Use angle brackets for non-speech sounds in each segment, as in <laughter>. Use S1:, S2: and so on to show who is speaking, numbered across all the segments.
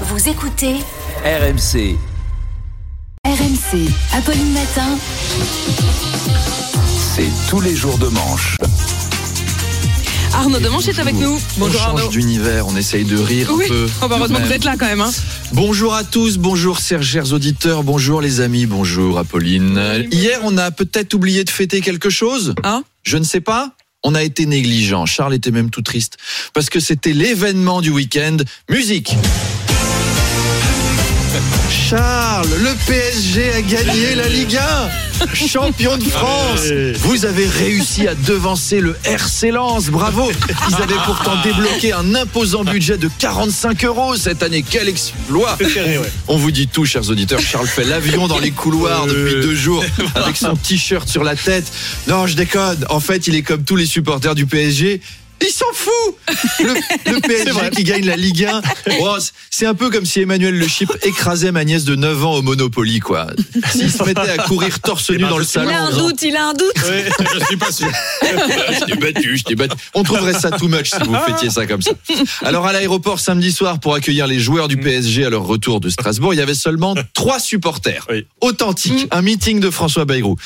S1: Vous écoutez
S2: RMC.
S1: RMC. Apolline Matin.
S2: C'est tous les jours de manche.
S3: Arnaud Demanche est avec nous. Bonjour
S4: on change euh,
S3: Arnaud.
S4: d'univers, on essaye de rire
S3: Oui,
S4: un peu.
S3: oh bah heureusement que
S4: Ouais.
S3: vous êtes là quand même. hein.
S4: Bonjour à tous, bonjour Serge, chers auditeurs, bonjour les amis, bonjour Apolline.
S3: Oui, mais-
S4: Hier, on a peut-être oublié de fêter quelque chose
S3: Hein
S4: Je ne sais pas. On a été négligent. Charles était même tout triste. Parce que c'était l'événement du week-end. Musique Charles, le PSG a gagné la Ligue 1 Champion de France Vous avez réussi à devancer le RC Lens, bravo Ils avaient pourtant débloqué un imposant budget de 45 euros cette année, quel exploit On vous dit tout, chers auditeurs, Charles fait l'avion dans les couloirs depuis deux jours avec son t-shirt sur la tête. Non, je déconne, en fait il est comme tous les supporters du PSG. Il s'en fout le, le PSG qui gagne la Ligue 1, oh, c'est- c'est un peu comme si Emmanuel Le Chip écrasait ma nièce de 9 ans au Monopoly, quoi. S'il se mettait à courir torse nu dans le salon. en faisant-
S3: il a un doute.
S5: je suis pas sûr.
S4: je t'ai battu, je t'ai battu. On trouverait ça too much si vous fêtiez ça comme ça. Alors à l'aéroport samedi soir pour accueillir les joueurs du PSG à leur retour de Strasbourg, il y avait seulement trois supporters.
S5: Oui.
S4: Authentique, un meeting de François Bayrou.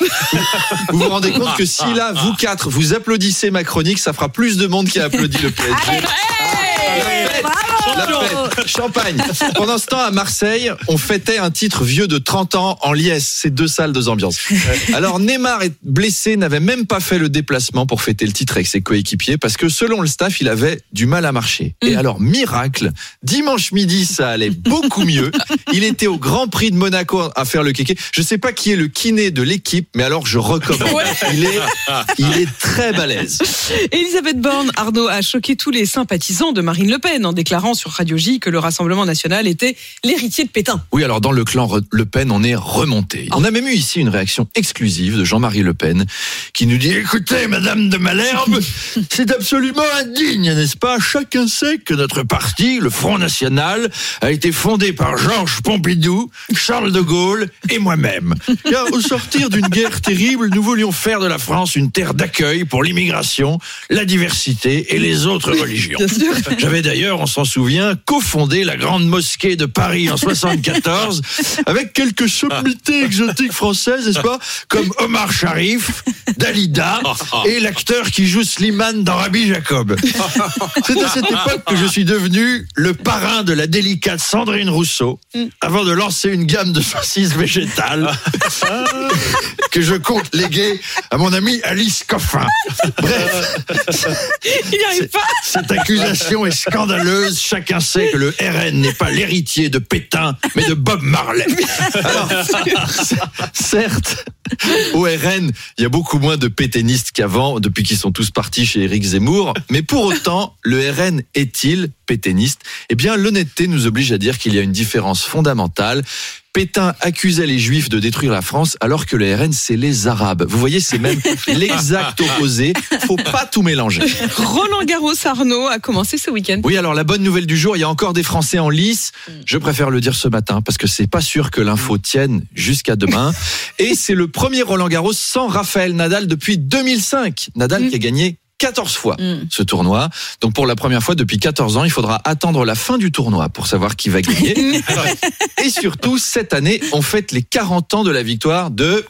S4: vous vous rendez compte que si là, vous quatre, vous applaudissez ma chronique, ça fera plus de monde qui a applaudi le PSG.
S3: Ah,
S4: La fête. Champagne. Pendant ce temps, à Marseille, on fêtait un titre vieux de 30 ans en liesse. C'est deux salles, deux ambiances. Alors, Neymar est blessé, n'avait même pas fait le déplacement pour fêter le titre avec ses coéquipiers parce que selon le staff, il avait du mal à marcher. Et alors, miracle, dimanche midi, ça allait beaucoup mieux. Il était au Grand Prix de Monaco à faire le kéké. Je sais pas qui est le kiné de l'équipe, mais alors je recommande.
S3: Ouais.
S4: Il est, il est très balèze.
S3: Elisabeth Borne, Arnaud a choqué tous les sympathisants de Marine Le Pen en déclarant sur Radio J que le Rassemblement national était l'héritier de Pétain.
S4: Oui, alors dans le clan Re- Le Pen, on est remonté.
S3: Oh.
S4: On a même eu ici une réaction exclusive de Jean-Marie Le Pen qui nous dit Écoutez, Madame
S3: <laughs>
S4: de Malherbe, c'est absolument indigne, n'est-ce pas Chacun sait que notre parti, le Front National, a été fondé par Georges Pompidou, Charles de Gaulle
S3: <laughs>
S4: et moi-même. Car au sortir d'une guerre terrible, nous voulions faire de la France une terre d'accueil pour l'immigration, la diversité et les autres religions.
S3: Bien sûr.
S4: <laughs> J'avais d'ailleurs, on s'en souvient, cofondé la grande mosquée de Paris en 74 avec quelques sommités exotiques françaises, n'est-ce pas Comme Omar Sharif, Dalida et l'acteur qui joue Slimane dans Rabbi Jacob. C'est à cette époque que je suis devenu le parrain de la délicate Sandrine Rousseau avant de lancer une gamme de saucisses végétales que je compte léguer à mon ami Alice Coffin. Bref.
S3: Il n'y arrive pas.
S4: Cette accusation est scandaleuse. Chacun sait que le RN n'est pas l'héritier de Pétain, mais de Bob Marley. Alors, c- certes, au RN, il y a beaucoup moins de pétainistes qu'avant, depuis qu'ils sont tous partis chez Éric Zemmour. Mais pour autant, le RN est-il pétainiste Eh bien, l'honnêteté nous oblige à dire qu'il y a une différence fondamentale. Pétain accusait les Juifs de détruire la France alors que le RN, c'est les Arabes. Vous voyez, c'est même l'exact opposé. Faut pas tout mélanger.
S3: Roland Garros Arnaud a commencé ce week-end.
S4: Oui, alors la bonne nouvelle du jour, il y a encore des Français en lice. Je préfère le dire ce matin parce que c'est pas sûr que l'info tienne jusqu'à demain. Et c'est le premier Roland Garros sans Raphaël Nadal depuis 2005. Nadal qui a gagné 14 fois
S3: Mm.
S6: Hmm.
S4: ce tournoi. Donc pour la première fois depuis 14 ans, il faudra attendre la fin du tournoi pour savoir qui va gagner. Et surtout, cette année, on fête les 40 ans de la victoire de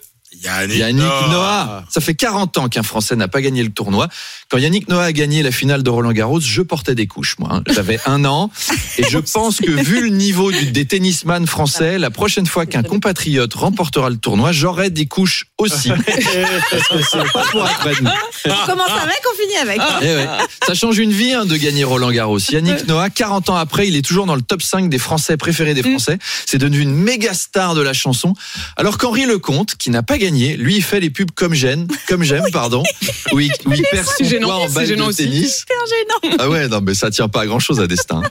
S5: Yannick,
S4: Yannick Noah. Ça fait 40 ans qu'un Français n'a pas gagné le tournoi. Quand Yannick Noah a gagné la finale de Roland Garros, je portais des couches, moi. hein. J'avais un an. Et <laughs> je pense que vu le niveau du- des tennisman français, la prochaine fois qu'un compatriote remportera le tournoi, j'aurai des couches <laughs> aussi. Parce que c'est pas pour après nous.
S6: On commence avec, on finit avec.
S3: Ah,
S4: Eh ouais. Ça change une vie hein, de gagner Roland Garros. Yannick Noah, 40 ans après, il est toujours dans le top 5 des Français préférés
S3: Mm.
S4: des Français. C'est devenu une méga star de la chanson. Alors qu'Henri Lecomte, qui n'a pas gagné, lui, il fait les pubs comme j'aime, comme j'aime, pardon,
S3: <laughs>
S4: où il, où il perd son
S3: gênant,
S4: poids en
S3: c'est
S4: balle
S3: gênant
S4: de
S3: aussi.
S4: tennis.
S6: Super
S4: Ah ouais, non, mais ça tient pas à grand chose à destin.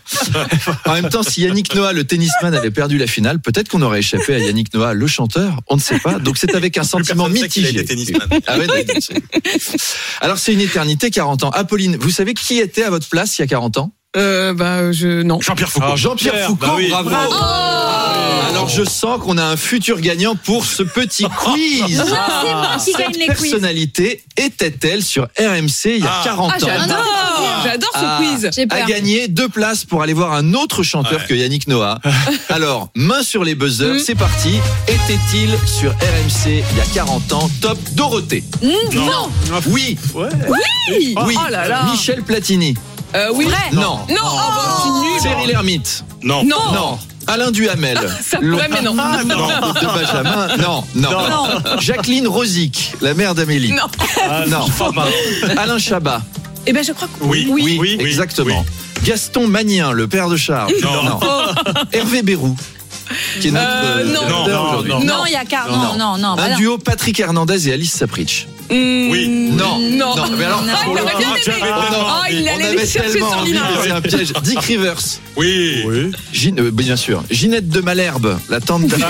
S4: En même temps, si Yannick Noah, le tennisman, avait perdu la finale, peut-être qu'on aurait échappé à Yannick Noah, le chanteur. On ne sait pas. Donc c'est avec un sentiment mitigé. Ah ouais, d'accord. <laughs> Alors c'est une éternité, 40 ans. Apolline, vous savez qui était à votre place il y a 40 ans
S3: Euh, bah je non.
S5: Jean-Pierre Foucault.
S4: Jean-Pierre Foucault,
S5: bah oui.
S4: bravo Ah, Alors je sens qu'on a un futur gagnant pour ce <laughs> petit quiz.
S6: C'est moi qui gagne les quiz.
S4: Personnalité était-elle sur RMC il y a
S5: Ah.
S4: 40 ans
S3: J'adore. J'adore ce
S4: a-
S3: quiz.
S5: J'ai
S4: a
S5: peur.
S4: gagné deux places pour aller voir un autre chanteur que Yannick <laughs> Noah. Alors, main sur les buzzers,
S3: Mm.
S4: c'est parti. Était-il sur RMC il y a 40 ans Top Dorothée.
S6: Hmm.
S5: Non.
S4: Oui,
S7: Ouais.
S3: Oui.
S4: oui.
S3: Oh là là.
S4: Michel Platini.
S3: Euh, oui.
S6: Vrai.
S4: Non.
S3: Non, oh, bah, c'est nul.
S4: Thierry Lhermitte.
S7: Non.
S3: Non.
S4: Non. Alain Duhamel.
S3: <laughs> Ça pourrait, mais non.
S7: Ah, non.
S4: L'oncle de Benjamin. Non, non. Jacqueline Rosic, la mère d'Amélie.
S3: Non.
S7: Ah,
S4: Non.
S7: Ah, pardon.
S4: Alain Chabat.
S3: Eh ben, je crois que
S7: Oui.
S4: Oui,
S7: Oui, oui,
S4: exactement. Gaston Magnien, le père de Charles.
S7: Non.
S3: Oh.
S4: Hervé Bérou, qui est notre.
S3: Euh, non.
S4: directeur
S7: Non, non,
S4: aujourd'hui.
S7: non.
S6: Non, il y a car. Non, non, non. bah
S4: Un
S6: non.
S4: duo Patrick Hernandez et Alice Sapritch.
S3: Mm,
S7: Oui.
S4: Non.
S3: Non.
S4: Non, Oh, mais alors,
S6: Non.
S3: Ah,
S4: pour
S3: il
S4: le
S3: aurait
S4: coup,
S3: bien
S7: Ah, tu
S3: aimé.
S7: avais bien
S3: Ah,
S7: envie.
S3: il
S4: on
S3: allait les
S4: avait
S3: chercher
S4: tellement
S3: sur
S4: envie
S3: l'image.
S4: que c'est un piège. Dick Rivers,
S7: Oui. Oui.
S4: Gine- euh, bien sûr. Ginette de Malherbe, la tante d'Amélie.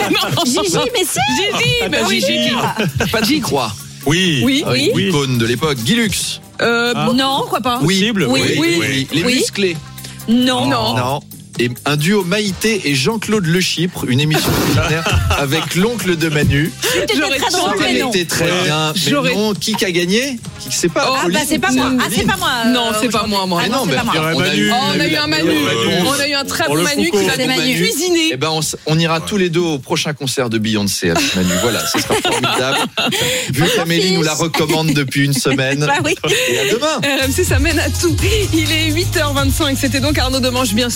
S3: <laughs>
S6: Gigi, mais si
S3: Gigi, bah oui, Gigi.
S4: Patrick Roy,
S7: Oui.
S3: Oui.
S4: euh,
S7: Oui.
S4: icône de l'époque. Guy Lux.
S3: Euh,
S6: Non, pourquoi pas
S7: Possible.
S6: Oui.
S7: Oui.
S4: Les
S6: Oui.
S4: musclés.
S6: Non.
S3: Oh.
S4: Non. Et un duo Maïté et Jean-Claude Le Chypre, une émission <laughs> culinaire avec l'oncle de Manu.
S6: C'était
S3: J'aurais
S6: très drôle,
S3: chanté.
S6: mais non.
S4: était très
S7: Ouais.
S4: bien. Mais
S3: J'aurais-
S4: non, qui a gagné Qui c'est pas
S3: Oh,
S6: Ah bah
S4: Pauline
S6: c'est pas moi. Ah c'est pas moi. euh,
S3: Non, c'est pas moi, moi.
S6: Ah
S4: Mais non,
S6: non, c'est
S4: mais
S6: pas moi.
S7: Il y aurait
S4: on a
S7: Manu.
S4: eu-
S3: Oh, on a eu un Manu.
S7: Ouais.
S3: On a eu un très
S7: On
S3: bon
S7: le
S3: Manu
S7: fout
S3: qui va
S7: qu'on-
S6: C'est
S3: nous
S6: Manu.
S4: Eh
S3: cuisiner.
S4: ben on, s- on ira tous les deux au prochain concert de Beyoncé avec Manu. Voilà, ce sera formidable. Vu qu'Amélie nous la recommande depuis une
S3: <laughs>
S4: semaine.
S6: Bah oui.
S4: Et à demain
S3: Euh, RMC, ça mène à tout. Il est 8h25. C'était donc Arnaud Demange, bien sûr.